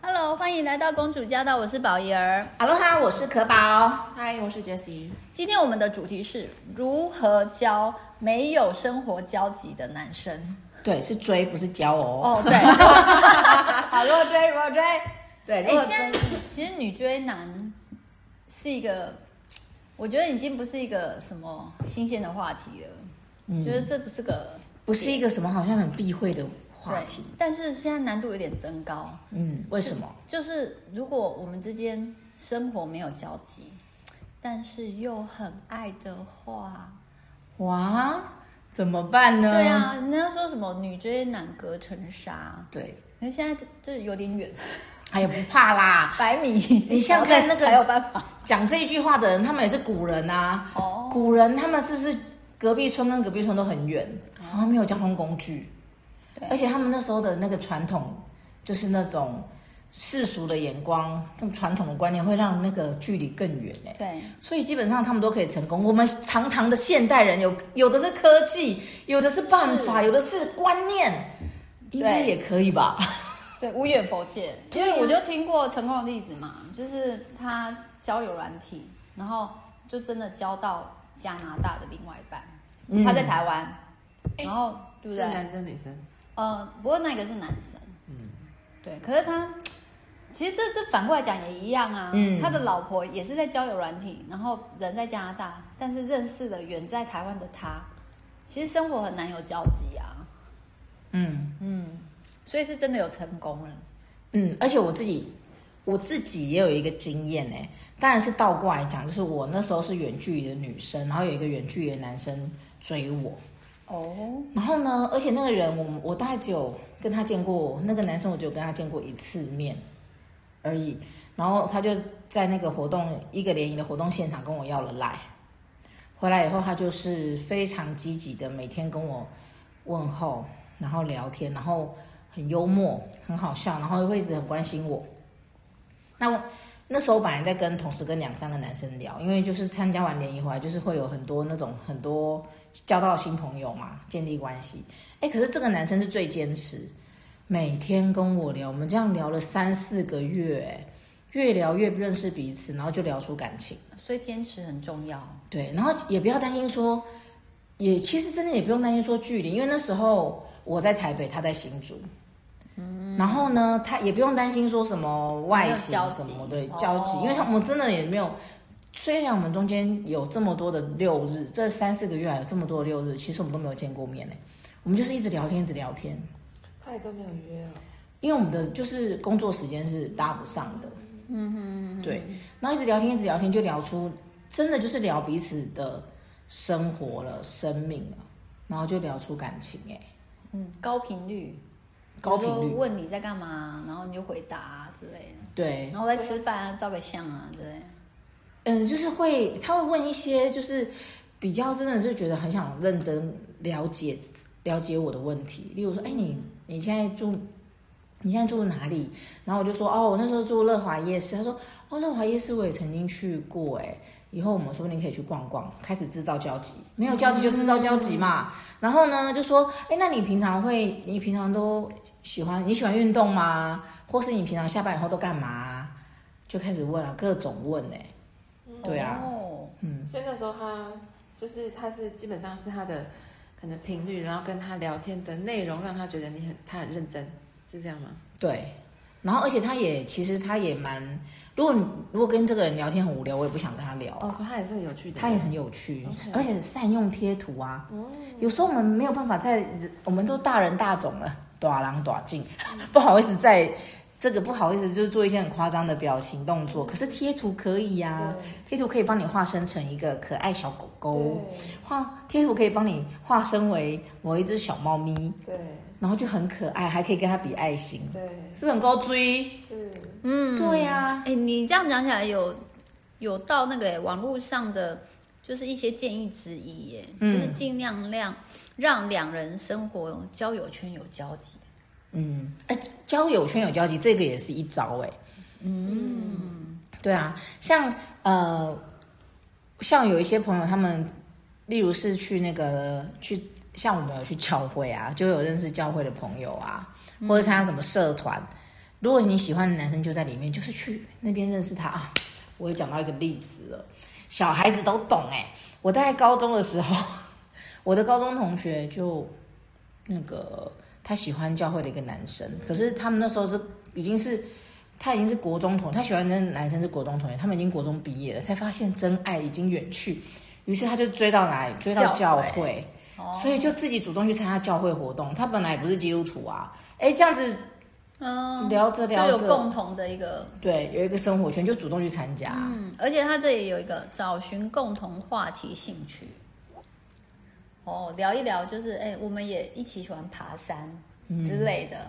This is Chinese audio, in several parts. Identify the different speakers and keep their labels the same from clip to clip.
Speaker 1: Hello，欢迎来到公主驾到，我是宝仪儿。
Speaker 2: 哈喽哈，我是可宝。
Speaker 3: 嗨，我是 Jessie。
Speaker 1: 今天我们的主题是如何教没有生活交集的男生。
Speaker 2: 对，是追不是教哦。
Speaker 1: 哦，对，好，如果追，如果追，
Speaker 2: 对，如
Speaker 1: 哎
Speaker 2: 果，
Speaker 1: 现在
Speaker 2: 追，
Speaker 1: 其实女追男是一个，我觉得已经不是一个什么新鲜的话题了，
Speaker 2: 嗯
Speaker 1: 觉得这不是个
Speaker 2: 不是一个什么好像很避讳的话题。
Speaker 1: 对但是现在难度有点增高。
Speaker 2: 嗯，为什么？
Speaker 1: 就是如果我们之间生活没有交集，但是又很爱的话，
Speaker 2: 哇，怎么办呢？
Speaker 1: 对，啊，人家说什么女追男隔层纱，
Speaker 2: 对，
Speaker 1: 可是现在这这有点远，
Speaker 2: 哎呀，不怕啦。
Speaker 1: 百米，
Speaker 2: 你像看那个
Speaker 1: 才有办 法。
Speaker 2: 讲这一句话的人，他们也是古人啊。
Speaker 1: 哦
Speaker 2: 古人他们是不是隔壁村跟隔壁村都很远，然后没有交通工具，
Speaker 1: 哦对
Speaker 2: 而且他们那时候的那个传统，就是那种世俗的眼光，这种传统的观念会让那个距离更远哎、
Speaker 1: 对，
Speaker 2: 所以基本上他们都可以成功。我们常常的现代人有有的是科技，有的是办法，
Speaker 1: 是
Speaker 2: 有的是观念，应该也可以吧？
Speaker 1: 对，无远佛界，因
Speaker 2: 对啊
Speaker 1: 为我就听过成功的例子嘛，就是他交友软体，然后就真的交到加拿大的另外一半，
Speaker 2: 嗯
Speaker 1: 他在台湾，
Speaker 3: 哎
Speaker 1: 然后对不
Speaker 3: 是
Speaker 1: 对？
Speaker 3: 男生女生？
Speaker 1: 呃，不过那个是男生，嗯，对，可是他其实这这反过来讲也一样啊，
Speaker 2: 嗯
Speaker 1: 他的老婆也是在交友软体，然后人在加拿大，但是认识了远在台湾的他，其实生活很难有交集啊，
Speaker 2: 嗯
Speaker 1: 嗯，所以是真的有成功了，
Speaker 2: 嗯，而且我自己我自己也有一个经验哎、当然是倒过来讲，就是我那时候是远距离的女生，然后有一个远距离的男生追我，
Speaker 1: 哦，
Speaker 2: 然后呢，而且那个人我我大概只有跟他见过，那个男生我只有跟他见过一次面而已。然后他就在那个活动一个联谊的活动现场跟我要了赖，回来以后他就是非常积极的每天跟我问候，然后聊天，然后很幽默，很好笑，然后会一直很关心我。那我那时候本来在跟同时跟两三个男生聊，因为就是参加完联谊回来，就是会有很多那种很多交到新朋友嘛，建立关系。哎，可是这个男生是最坚持，每天跟我聊，我们这样聊了三四个月，哎越聊越不认识彼此，然后就聊出感情。
Speaker 1: 所以坚持很重要，
Speaker 2: 对，然后也不要担心说，也其实真的也不用担心说距离，因为那时候我在台北，他在新竹。然后呢，他也不用担心说什么外
Speaker 1: 嗯
Speaker 2: 形
Speaker 1: 没有交集
Speaker 2: 什么的
Speaker 1: 哦
Speaker 2: 交集，因为他我们真的也没有。虽然我们中间有这么多的六日，这三四个月来有这么多的六日，其实我们都没有见过面呢。欸我们就是一直聊天，一直聊天，
Speaker 3: 他也都没有约哦。
Speaker 2: 因为我们的就是工作时间是搭不上的。嗯哼对，然后一直聊天，一直聊天，就聊出真的就是聊彼此的生活了、生命了，然后就聊出感情、哎，
Speaker 1: 嗯，高频率，
Speaker 2: 高频
Speaker 1: 我就
Speaker 2: 率，
Speaker 1: 问你在干嘛，然后你就回答、啊、之类的，
Speaker 2: 对，
Speaker 1: 然后在吃饭啊，照个相啊之类的，
Speaker 2: 嗯，就是会他会问一些就是比较真的是觉得很想认真了解了解我的问题，例如说，哎，你你现在住你现在住哪里？然后我就说，哦，我那时候住乐华夜市。他说，哦，乐华夜市我也曾经去过，哎，以后我们说不定可以去逛逛，开始制造交集，没有交集就制造交集嘛。然后呢，就说，哎，那你平常会你平常都喜欢你喜欢运动吗？或是你平常下班以后都干嘛？就开始问了、各种问哎、对啊
Speaker 1: 哦
Speaker 3: 所以那时候他就是他是基本上是他的可能频率，然后跟他聊天的内容，让他觉得你很他很认真，是这样吗？
Speaker 2: 对，然后而且他也其实他也蛮，如果你如果跟这个人聊天很无聊，我也不想跟他聊
Speaker 3: 哦，
Speaker 2: 啊。
Speaker 3: 所以他也是很有趣的。
Speaker 2: 他也很有趣
Speaker 3: OK 哦
Speaker 2: 而且善用贴图啊。有时候我们没有办法在，我们都大人大种了，短狼短进， 不好意思在这个不好意思就是做一些很夸张的表情动
Speaker 3: 嗯
Speaker 2: 作。可是贴图可以呀、贴图可以帮你化身成一个可爱小狗狗，画贴图可以帮你化身为某一只小猫咪，
Speaker 3: 对
Speaker 2: 然后就很可爱，还可以跟它比爱心，
Speaker 3: 对
Speaker 2: 是不是很高追？
Speaker 3: 是，
Speaker 1: 嗯，
Speaker 2: 对呀、
Speaker 1: 哎、你这样讲起来有有到那个、诶网络上的，就是一些建议之一耶，
Speaker 2: 嗯
Speaker 1: 就是尽量让让两人生活交友圈有交集。
Speaker 2: 嗯，哎、交友圈有交集，这个也是一招哎、嗯，对啊，像呃，像有一些朋友，他们例如是去那个去，像我们有去教会啊，就有认识教会的朋友啊，或者参加什么社团，如果你喜欢的男生就在里面，就是去那边认识他 啊。我又讲到一个例子了，小孩子都懂哎、我在高中的时候， 我的高中同学就那个他喜欢教会的一个男生，可是他们那时候是已经是他已经是国中同，他喜欢的男生是国中同学，他们已经国中毕业了，才发现真爱已经远去，于是他就追到哪里？追到
Speaker 1: 教
Speaker 2: 教
Speaker 1: 会
Speaker 2: 会。
Speaker 1: 哦，
Speaker 2: 所以就自己主动去参加教会活动。他本来也不是基督徒啊，哎，这样子
Speaker 1: 嗯，
Speaker 2: 聊着
Speaker 1: 就
Speaker 2: 聊
Speaker 1: 有
Speaker 2: 着，
Speaker 1: 共同的一个，
Speaker 2: 对，有一个生活圈就主动去参加。
Speaker 1: 嗯，而且他这里有一个找寻共同话题兴趣。哦，聊一聊就是，哎、我们也一起喜欢爬山之类的，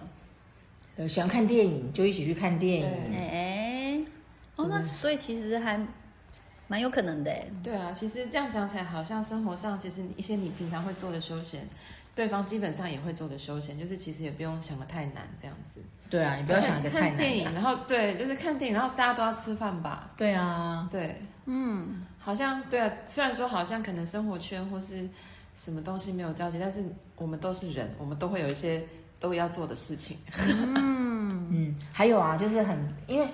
Speaker 2: 对，喜欢看电影就一起去看电
Speaker 1: 哎、
Speaker 2: 影。
Speaker 3: 对
Speaker 1: 哦，那所以其实还蛮有可能的，哎
Speaker 3: 对啊，其实这样讲起来，好像生活上其实一些你平常会做的休闲，对方基本上也会做的休闲，就是其实也不用想的太难，这样子。
Speaker 2: 对啊，你不要想一个太
Speaker 3: 看电
Speaker 2: 难
Speaker 3: 影，
Speaker 2: 的。
Speaker 3: 然后对，就是看电影，然后大家都要吃饭吧？
Speaker 2: 对啊，
Speaker 3: 对，
Speaker 1: 嗯，
Speaker 3: 好像对啊。虽然说好像可能生活圈或是什么东西没有交集，但是我们都是人，我们都会有一些都要做的事情。
Speaker 2: 嗯，还有啊，就是很因为。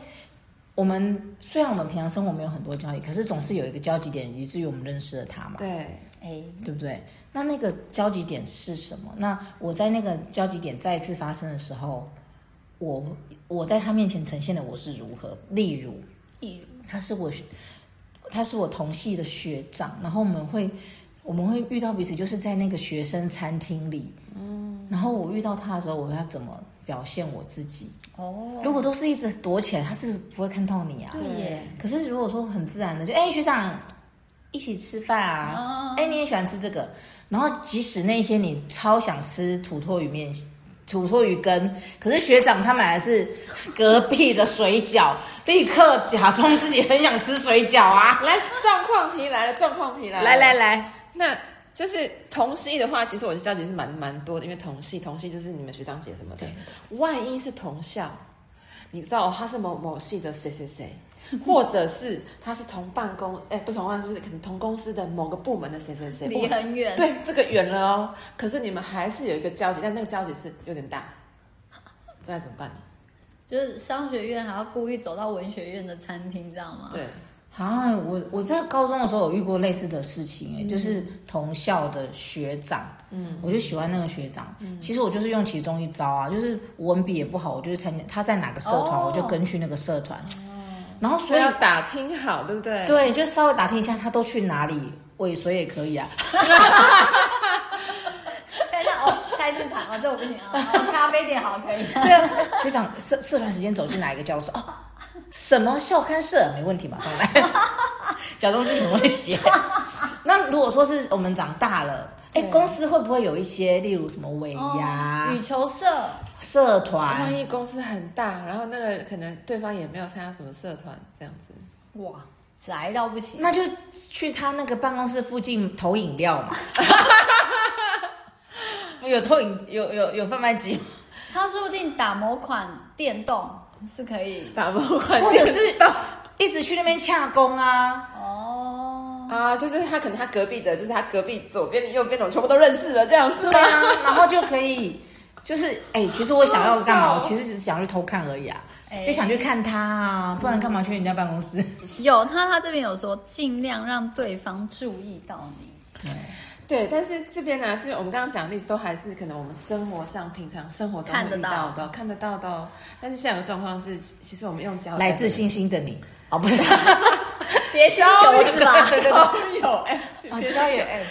Speaker 2: 我们虽然我们平常生活没有很多交集，可是总是有一个交集点，以至于我们认识了他嘛。
Speaker 3: 对，
Speaker 1: 哎、
Speaker 2: 对不对？那那个交集点是什么？那我在那个交集点再次发生的时候，我我在他面前呈现的我是如何？例如，
Speaker 1: 例如
Speaker 2: 他是我学他是我同系的学长，然后我们会我们会遇到彼此，就是在那个学生餐厅里，嗯，然后我遇到他的时候，我要怎么表现我自己？
Speaker 1: 哦，
Speaker 2: 如果都是一直躲起来，他是不会看到你啊。
Speaker 1: 对耶，
Speaker 2: 可是如果说很自然的，就哎、学长一起吃饭啊，哎、你也喜欢吃这个，然后即使那一天你超想吃土托鱼面。土托鱼羹，可是学长他买的是隔壁的水饺，立刻假装自己很想吃水饺啊！
Speaker 3: 来，状况题来了，状况题来了，
Speaker 2: 来来来，
Speaker 3: 那就是同系的话，其实我的交集是蛮蛮多的，因为同系同系就是你们学长姐什么的。万一是同校，你知道、哦、他是某某系的谁谁谁，或者是他是同办公，哎、不同办公室，可能同公司的某个部门的谁谁 谁。
Speaker 1: 离
Speaker 3: 不管
Speaker 1: 很远，
Speaker 3: 对，这个远了哦。可是你们还是有一个交集，但那个交集是有点大，这该怎么办呢？
Speaker 1: 就是商学院还要故意走到文学院的餐厅，知道吗？
Speaker 3: 对，
Speaker 2: 啊，我我在高中的时候有遇过类似的事情、欸，就是同校的学长，嗯，我就喜欢那个学长。其实我就是用其中一招啊，就是我文笔也不好，我就是参加他在哪个社团，
Speaker 1: 哦
Speaker 2: 我就跟去那个社团。然后
Speaker 3: 所
Speaker 2: 所
Speaker 3: 以
Speaker 2: 以
Speaker 3: 要打听好，对不对？
Speaker 2: 对，就稍微打听一下他都去哪里，尾随也可以啊。
Speaker 1: 但是哦，菜市场哦，这我不行啊，哦咖啡店好可以、
Speaker 2: 哎
Speaker 1: 啊。
Speaker 2: 学长社社团时间走进哪一个教室？哦，什么校刊社？没问题，马上来。 假装自己很会写。那如果说是我们长大了，哎，
Speaker 3: 对
Speaker 2: 公司会不会有一些，例如什么尾牙、
Speaker 1: 哦羽球社，
Speaker 2: 社
Speaker 3: 万
Speaker 2: 团？
Speaker 3: 一公司很大，然后那个可能对方也没有参加什么社团，这样子。
Speaker 1: 哇，宅到不行。
Speaker 2: 那就去他那个办公室附近投饮料嘛。有投饮有有有贩卖机吗，
Speaker 1: 他说不定打某款电动是可以
Speaker 3: 打不款
Speaker 2: 或者是一直去那边洽工啊。
Speaker 1: 哦，
Speaker 3: 啊，就是他可能他隔壁的，就是他隔壁左边的、右边的，我全部都认识了，这样子
Speaker 2: 对
Speaker 3: 吗？
Speaker 2: 啊，然后就可以，就是哎、其实我想要干
Speaker 3: 好
Speaker 2: 嘛？
Speaker 3: 好笑哦
Speaker 2: 我其实只是想要去偷看而已啊，
Speaker 1: 哎
Speaker 2: 就想去看他啊，不然干嘛去人家办公室？
Speaker 1: 有他他这边有说尽量让对方注意到你。
Speaker 2: 对，
Speaker 3: 对，但是这边呢、啊这边我们刚刚讲的例子都还是可能我们生活上平常生活中
Speaker 1: 看得
Speaker 3: 会遇
Speaker 1: 到
Speaker 3: 到的，看得到的哦。但是现在的状况是，其实我们用交
Speaker 2: 来自星星的你哦， 不是
Speaker 1: 别星球是 吧？
Speaker 3: 对对对，有 app，别哎
Speaker 2: 哦交友
Speaker 3: app，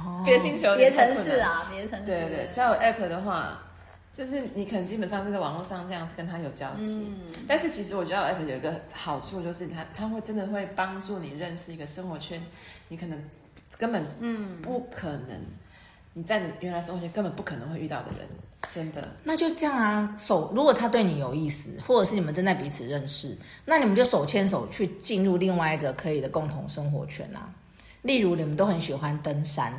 Speaker 2: 哦，
Speaker 3: 别星球，
Speaker 1: 别城市。啊，别城市。
Speaker 3: 对对对，交友 app 的话，就是你可能基本上就在网络上这样子跟他有交集。但是其实我觉得 app 有一个好处，就是它它会真的会帮助你认识一个生活圈，你可能根本嗯不可能你在你原来生活圈根本不可能会遇到的人，真的。
Speaker 2: 那就这样啊，手如果他对你有意思，或者是你们正在彼此认识，那你们就手牵手去进入另外一个可以的共同生活圈啊。例如你们都很喜欢登山，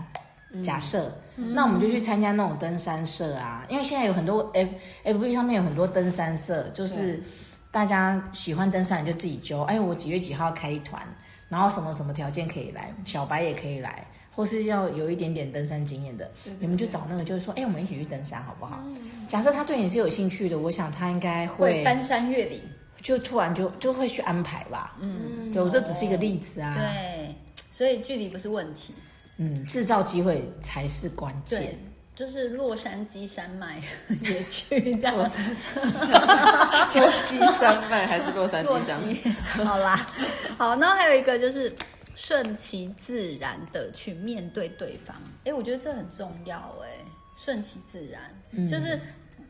Speaker 2: 假设，
Speaker 1: 嗯
Speaker 2: 那我们就去参加那种登山社啊，因为现在有很多 F F B 上面有很多登山社，就是大家喜欢登山你就自己揪，哎，我几月几号开团，然后什么什么条件可以来，小白也可以来，或是要有一点点登山经验的，你们就找那个，就是说，哎、我们一起去登山好不好？假设他对你是有兴趣的，我想他应该
Speaker 1: 会
Speaker 2: 会
Speaker 1: 翻山越岭，
Speaker 2: 就突然就就会去安排吧。
Speaker 1: 嗯，
Speaker 2: 对我这只是一个例子啊。，
Speaker 1: 对，所以距离不是问题，
Speaker 2: 嗯，制造机会才是关键
Speaker 1: 对。，就是洛杉矶山脉 也去这样
Speaker 3: 洛
Speaker 1: 子，
Speaker 3: 杉矶山脉，秋季山脉还是洛杉
Speaker 1: 洛
Speaker 3: 矶山脉？
Speaker 1: 基，好啦，好，然后还有一个就是顺其自然的去面对对方，哎，我觉得这很重要，哎，顺其自然，
Speaker 3: 嗯
Speaker 1: 就是。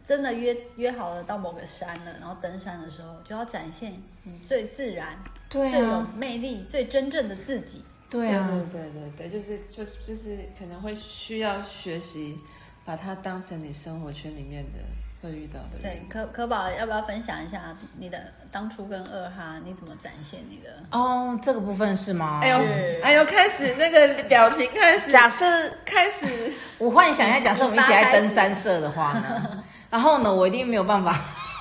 Speaker 1: 真的约约好了到某个山了，然后登山的时候就要展现你最自然、
Speaker 2: 对
Speaker 1: 最有
Speaker 2: 啊，
Speaker 1: 魅力、最真正的自己。
Speaker 2: 对啊，
Speaker 3: 对对对对，就是就是就是可能会需要学习，把它当成你生活圈里面的会遇到的人
Speaker 1: 对。，可可宝要不要分享一下你的当初跟二哈你怎么展现你的？
Speaker 2: 哦，这个部分是吗？
Speaker 3: 哎呦，哎呦，开始那个表情开始
Speaker 2: 假设
Speaker 3: 开始，
Speaker 2: 我幻想一下，假设我们一起来登山社的话 呢，然后呢，我一定没有办法，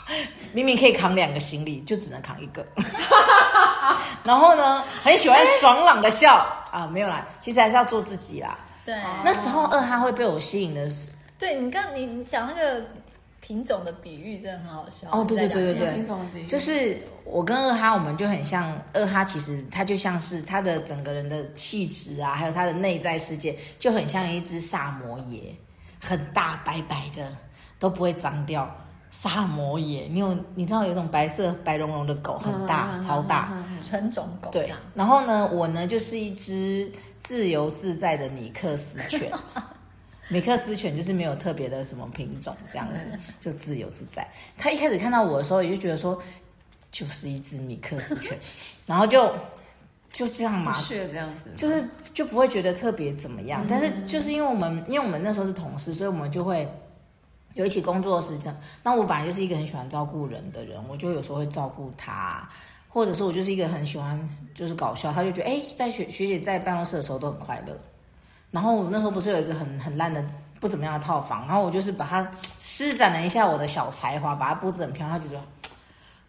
Speaker 2: 明明可以扛两个行李，就只能扛一个。 然后呢，很喜欢爽朗的笑啊，没有啦，其实还是要做自己啦。
Speaker 1: 对，
Speaker 3: 哦
Speaker 2: 那时候二哈会被我吸引的是，
Speaker 1: 对你刚你你讲那个品种的比喻真的很好笑。
Speaker 2: 哦对对
Speaker 1: 你在讲
Speaker 2: 对对对
Speaker 3: 品种的比喻
Speaker 2: 就是我跟二哈，我们就很像。二哈其实他就像是他的整个人的气质啊，还有他的内在世界，就很像一只萨摩耶，很大白白的，都不会脏掉。萨摩耶，你有你知道有一种白色白茸茸的狗，很大、
Speaker 3: 嗯
Speaker 2: 超大，
Speaker 1: 纯种狗
Speaker 2: 对
Speaker 1: 这样，
Speaker 2: 然后呢，我呢就是一只自由自在的米克斯 犬，米克斯犬就是没有特别的什么品种，这样子
Speaker 1: 嗯
Speaker 2: 就自由自在。他一开始看到我的时候，也就觉得说就是一只米克斯犬，然后就就这样
Speaker 3: 不
Speaker 2: 嘛，
Speaker 3: 屑这样子，
Speaker 2: 就是就不会觉得特别怎么样。但是就是因为我们因为我们那时候是同事，所以我们就会。有一起工作的时间，那我本来就是一个很喜欢照顾人的人，我就有时候会照顾他，或者是我就是一个很喜欢就是搞笑，他就觉得哎、在学学姐在办公室的时候都很快乐。然后我那时候不是有一个很很烂的不怎么样的套房，然后我就是把它施展了一下我的小才华，把它布置很漂亮，他就觉得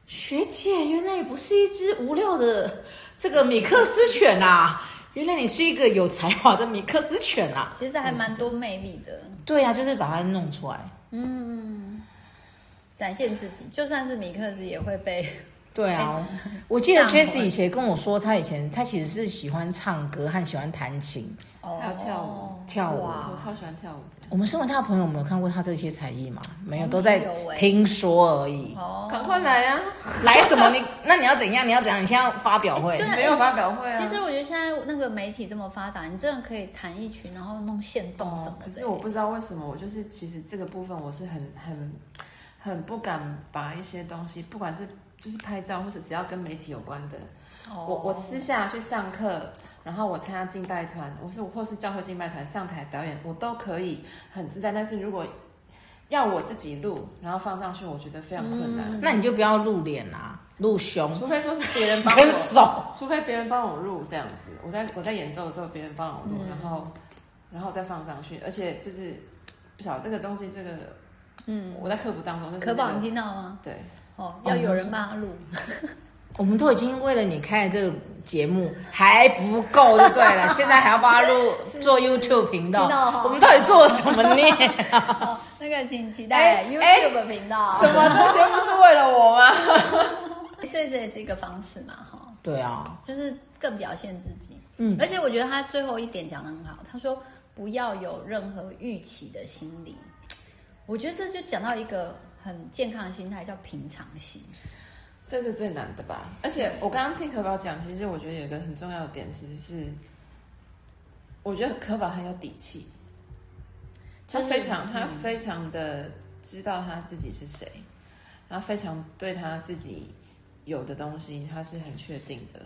Speaker 2: 学姐原来也不是一只无聊的这个米克斯犬啊，原来你是一个有才华的米克斯犬啊。
Speaker 1: 其实还蛮多魅力的，嗯
Speaker 2: 对呀、就是把它弄出来。
Speaker 1: 展现自己。就算是米克斯也会被
Speaker 2: 对啊，我记得
Speaker 1: 哎这样哦
Speaker 2: Jesse 以前跟我说，他以前他其实是喜欢唱歌和喜欢弹琴。
Speaker 1: 哦
Speaker 3: 还有跳舞
Speaker 2: 跳舞
Speaker 1: 哇
Speaker 3: 我超喜欢跳舞的。
Speaker 2: 我们身为他的朋友，我们有看过他这些才艺吗？没有，
Speaker 1: 嗯
Speaker 2: 都在
Speaker 1: 有欸
Speaker 2: 听说而已。
Speaker 1: 哦
Speaker 3: 赶快来啊！
Speaker 2: 来什么？你 那你要怎样？你要怎样？你现在要发表会
Speaker 1: 对？啊
Speaker 3: 没有发表会啊。
Speaker 1: 其实我觉得现在那个媒体这么发达，你真的可以弹一曲，然后弄现动什么的。
Speaker 3: 哦可是我不知道为什么，我就是其实这个部分我是很很很不敢把一些东西，不管是就是拍照或者只要跟媒体有关的，
Speaker 1: 哦
Speaker 3: 我我私下去上课，然后我参加敬拜团，我是或是教会敬拜团上台表演，我都可以很自在。但是如果要我自己录，然后放上去，我觉得非常困
Speaker 1: 嗯
Speaker 3: 难。
Speaker 2: 那你就不要露脸啊，露胸
Speaker 3: 除非说是别人帮
Speaker 2: 跟
Speaker 3: 我，
Speaker 2: 手。
Speaker 3: 除非别人帮我录这样子，我在我在演奏的时候，别人帮我录，
Speaker 1: 嗯
Speaker 3: 然后然后再放上去，而且就是不晓得这个东西，这个
Speaker 1: 嗯，
Speaker 3: 我在克服当中就是、
Speaker 1: 可
Speaker 3: 那
Speaker 1: 宝
Speaker 3: 个
Speaker 1: 你听到吗？
Speaker 3: 对，
Speaker 1: 哦，要有人帮他录。
Speaker 2: 我们都已经为了你开了这个节目还不够就对 了，现在还要帮他录做 YouTube 频道
Speaker 1: 频道哈，
Speaker 2: 我们到底做了什么 孽啊？
Speaker 1: 哦，那个请期待
Speaker 3: 哎
Speaker 1: YouTube 频道。
Speaker 3: 什么这个节目是为了我吗？
Speaker 1: 所以这也是一个方式嘛，哈，
Speaker 2: 对啊，
Speaker 1: 就是更表现自己。嗯，而且我觉得他最后一点讲的很好，他说不要有任何预期的心理。我觉得这就讲到一个很健康的心态，叫平常心。
Speaker 3: 这是最难的吧？而且我刚刚听可宝讲，其实我觉得有一个很重要的点，其实是我觉得可宝很有底气，他
Speaker 1: 就是嗯
Speaker 3: 非常他非常的知道他自己是谁，然后非常对他自己有的东西他是很确定的。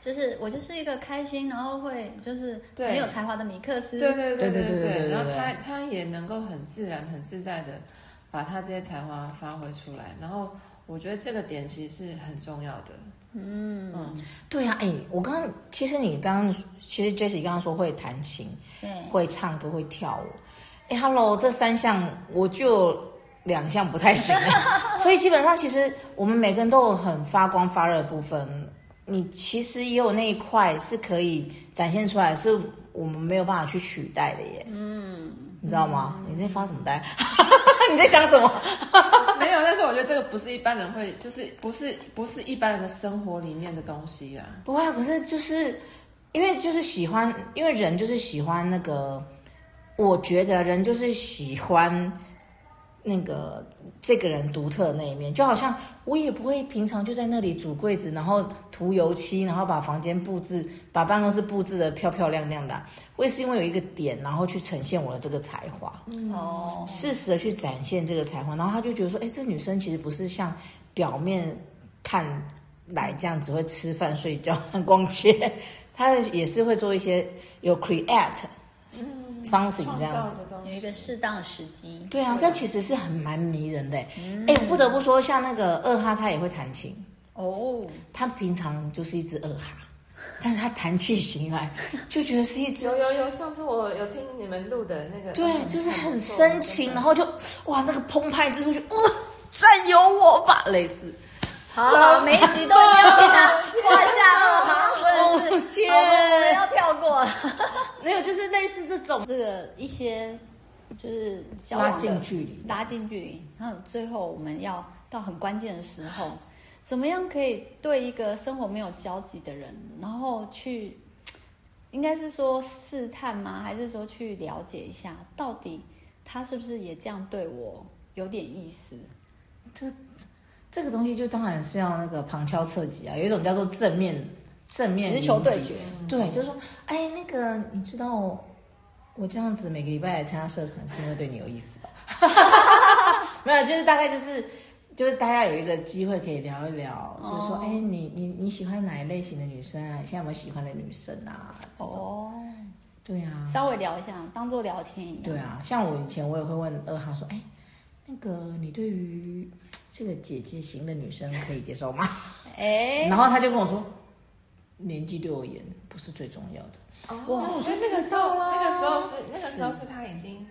Speaker 1: 就是我就是一个开心，然后会就是
Speaker 3: 对
Speaker 1: 很有才华的米克斯。
Speaker 3: 对对
Speaker 2: 对对
Speaker 3: 对
Speaker 2: 对对对
Speaker 3: 然后
Speaker 2: 对
Speaker 3: 他他也能够很自然、很自在的把他这些才华发挥出来，然后我觉得这个点其实是很重要的。嗯
Speaker 2: 对啊，哎、我刚刚其实你刚刚其实 Jesse 刚刚说会弹琴、
Speaker 1: 对
Speaker 2: 会唱歌、会跳舞，哎、h e l l o 这三项我就两项不太行啊，所以基本上其实我们每个人都有很发光发热的部分，你其实也有那一块是可以展现出来，是我们没有办法去取代的耶。嗯，你知道吗？你在发什么呆？ 你在想什么？
Speaker 3: 没有，但是我觉得这个不是一般人会，就是不是不是一般人的生活里面的东西啊。
Speaker 2: 不会啊，可是就是因为就是喜欢，因为人就是喜欢那个，我觉得人就是喜欢那个这个人独特的那一面，就好像我也不会平常就在那里煮柜子，然后涂油漆，然后把房间布置，把办公室布置的漂漂亮亮的啊，我也是因为有一个点，然后去呈现我的这个才华。
Speaker 3: 嗯
Speaker 1: 哦，
Speaker 2: 适时的去展现这个才华，然后他就觉得说，哎，这女生其实不是像表面看来这样只会吃饭、睡觉、和逛街，她也是会做一些有 create something 这样子。
Speaker 3: 嗯的东
Speaker 1: 有一个适当的时机，
Speaker 2: 对啊，这其实是很蛮迷人的哎、哎不得不说，像那个二哈，他也会弹琴，
Speaker 1: 哦，
Speaker 2: 他平常就是一只二哈，但是他弹起琴来就觉得是一 只
Speaker 3: 有有有，上次我有听你们录的那个，嗯
Speaker 2: 对，就是很深情，然
Speaker 3: 后
Speaker 2: 后就哇那个澎湃之处就呃占有我吧，类似。
Speaker 3: 啊
Speaker 1: 好，每一集都一定要给他画下落，真的
Speaker 2: 哦
Speaker 1: 是，
Speaker 2: 天
Speaker 1: 好我们要跳过了。
Speaker 2: 没有，就是类似这种
Speaker 1: 这个一些就是交往
Speaker 2: 拉
Speaker 1: 的
Speaker 2: 近距离。
Speaker 1: 拉近距离，然后哦最后我们要到很关键的时候，怎么样可以对一个生活没有交集的人，然后去，应该是说试探吗？还是说去了解一下，到底他是不是也这样对我有点意思？
Speaker 2: 这个东西就当然是要那个旁敲侧击啊，有一种叫做正面正面
Speaker 1: 直球对
Speaker 2: 迎击。
Speaker 1: 决，
Speaker 3: 嗯
Speaker 1: 嗯
Speaker 2: 对，就是说，哎，那个你知道我我这样子每个礼拜来参加社团是因为对你有意思吧？ 没有，就是大概就是就是大家有一个机会可以聊一聊，就是说，
Speaker 1: 哦
Speaker 2: 哎，你你你喜欢哪一类型的女生啊？你现在有没有喜欢的女生啊？这种，
Speaker 1: 哦，
Speaker 2: 对啊，
Speaker 1: 稍微聊一下，当做聊天一样。
Speaker 2: 对啊，像我以前我也会问二哈说，哎，那个你对于这个姐姐型的女生可以接受吗？
Speaker 1: 哎，
Speaker 2: 然后他就跟我说，年纪对我而言不是最重要的。
Speaker 1: 哇
Speaker 3: 我觉得哦啊那个时候，那个时候是那个时候是他已经，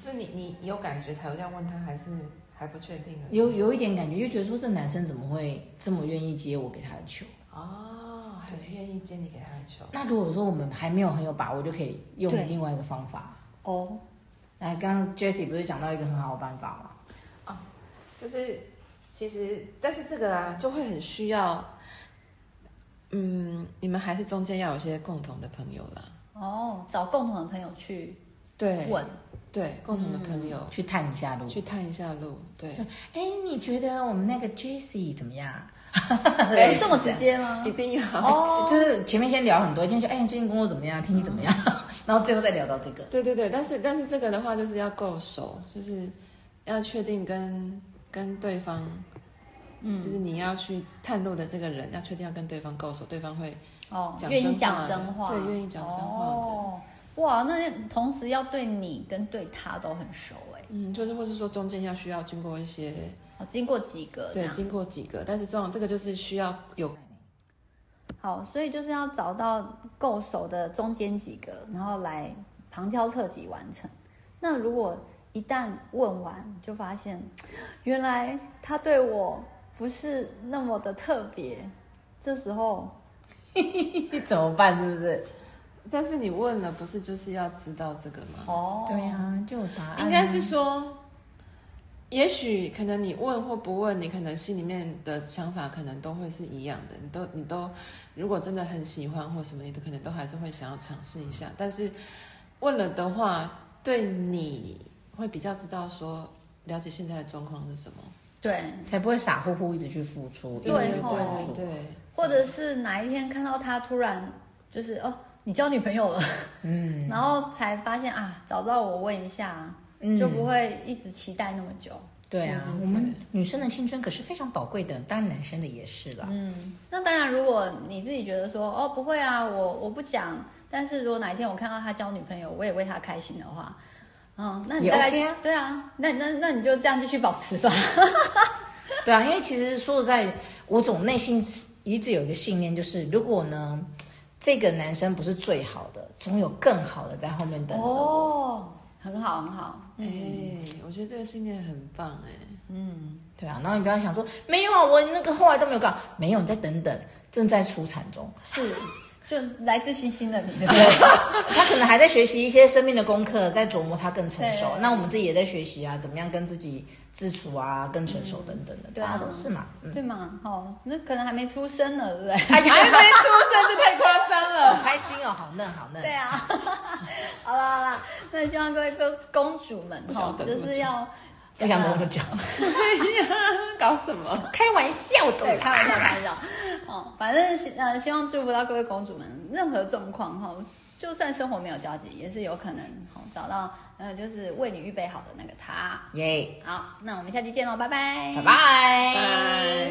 Speaker 3: 就你你你有感觉才会这样问他，还是还不确定的时候？
Speaker 2: 有有一点感觉，就觉得说这男生怎么会这么愿意接我给他的球？
Speaker 3: 哦，很愿意接你给他的球，
Speaker 2: 那如果说我们还没有很有把握，就可以用
Speaker 1: 对
Speaker 2: 另外一个方法。
Speaker 1: 哦，
Speaker 2: 来，刚刚 Jessie 不是讲到一个很好的办法吗？
Speaker 3: 就是其实，但是这个啊，就会很需要，嗯，你们还是中间要有一些共同的朋友啦，
Speaker 1: 哦，找共同的朋友去
Speaker 3: 对，
Speaker 1: 问，
Speaker 3: 对，共同的朋友、
Speaker 2: 去探一下路。
Speaker 3: 去探一下路，嗯对，
Speaker 2: 哎，你觉得我们那个 Jessie 怎么样？
Speaker 1: 哎，
Speaker 2: 类似
Speaker 1: 这么直接 吗
Speaker 3: 一？定要，
Speaker 1: 哦，
Speaker 2: 就是前面先聊很多，先说哎，你最近工作怎么样？天气怎么样？ 然后最后再聊到这个。
Speaker 3: 对对对，但是但是这个的话就是要够熟，就是要确定跟跟对方，嗯，就是你要去探路的这个人要确定要跟对方够熟，对方会
Speaker 1: 哦，
Speaker 3: 讲
Speaker 1: 愿意
Speaker 3: 真话
Speaker 1: 讲
Speaker 3: 的
Speaker 1: 真话，
Speaker 3: 对愿意讲真话的
Speaker 1: 哦，哇，那同时要对你跟对他都很熟哎、
Speaker 3: 嗯，就是或是说中间要需要经过一些
Speaker 1: 好，经过几个这
Speaker 3: 对
Speaker 1: 样，
Speaker 3: 经过几个，但是这种这个就是需要有
Speaker 1: 好，所以就是要找到够熟的中间几个，然后来旁敲侧击完成。那如果一旦问完，就发现原来他对我不是那么的特别，这时候
Speaker 2: 你怎么办？是不是？
Speaker 3: 但是你问了，不是就是要知道这个吗？
Speaker 1: 哦，
Speaker 2: 对呀，就有答案啊。
Speaker 3: 应该是说，也许可能你问或不问，你可能心里面的想法可能都会是一样的。你都你都，如果真的很喜欢或什么，你都可能都还是会想要尝试一下。但是问了的话，对你会比较知道说，了解现在的状况是什么。
Speaker 1: 对，
Speaker 2: 才不会傻乎乎一直去付出，啊一
Speaker 1: 对
Speaker 2: 直去关
Speaker 1: 哦
Speaker 2: 注。
Speaker 3: 对，
Speaker 1: 或者是哪一天看到他突然就是哦，你交女朋友了，嗯，然后才发现啊，找到我问一下，
Speaker 2: 嗯
Speaker 1: 就不会一直期待那么久。
Speaker 2: 对啊
Speaker 3: 对对，对
Speaker 2: 我们女生的青春可是非常宝贵的，当然男生的也是啦。
Speaker 1: 那当然，如果你自己觉得说哦不会啊，我我不讲，但是如果哪一天我看到他交女朋友，我也为他开心的话。嗯，那你
Speaker 2: 也
Speaker 1: 大概、
Speaker 2: OK 啊
Speaker 1: 对啊，那那那你就这样继续保持吧。
Speaker 2: 对啊，因为其实说实在，我总内心一直有一个信念，就是如果呢，这个男生不是最好的，总有更好的在后面 等着我。
Speaker 1: 哦，很好很好，
Speaker 3: 哎、
Speaker 2: 嗯
Speaker 3: 我觉得这个信念很棒哎、
Speaker 2: 对啊，然后你不要想说没有啊，我那个后来都没有搞，没有，你再等等，正在出产中。
Speaker 1: 是就来自星星的你的，
Speaker 2: 他可能还在学习一些生命的功课，在琢磨他更成熟。
Speaker 1: 对
Speaker 2: 那我们自己也在学习啊，怎么样跟自己自处啊，更成熟等等的，
Speaker 1: 对啊
Speaker 2: 大家都是嘛。嗯，
Speaker 1: 对嘛？哦，那可能还没出生呢，对不对？
Speaker 2: 哎
Speaker 3: 还没
Speaker 2: 呀，
Speaker 3: 出生，这太夸张
Speaker 2: 好
Speaker 3: 了。
Speaker 2: 开心哦，好嫩好嫩。
Speaker 1: 啊 对啊， 好啦好啦，那希望各位公公主们
Speaker 3: 不
Speaker 1: 哈
Speaker 3: 想，等这
Speaker 1: 就
Speaker 3: 么
Speaker 1: 是
Speaker 3: 久
Speaker 1: 要啊
Speaker 2: 不想等那么久，
Speaker 3: 哎呀， 搞什么？
Speaker 2: 开玩笑的
Speaker 1: 对，啊
Speaker 2: 啦。
Speaker 1: 开玩笑，开玩笑。哦，反正希呃，希望祝福到各位公主们，任何状况哈、就算生活没有交集，也是有可能哦找到呃，就是为你预备好的那个他。
Speaker 2: 耶，
Speaker 1: 好，那我们下期见喽，拜拜，
Speaker 2: 拜。拜。
Speaker 3: 拜。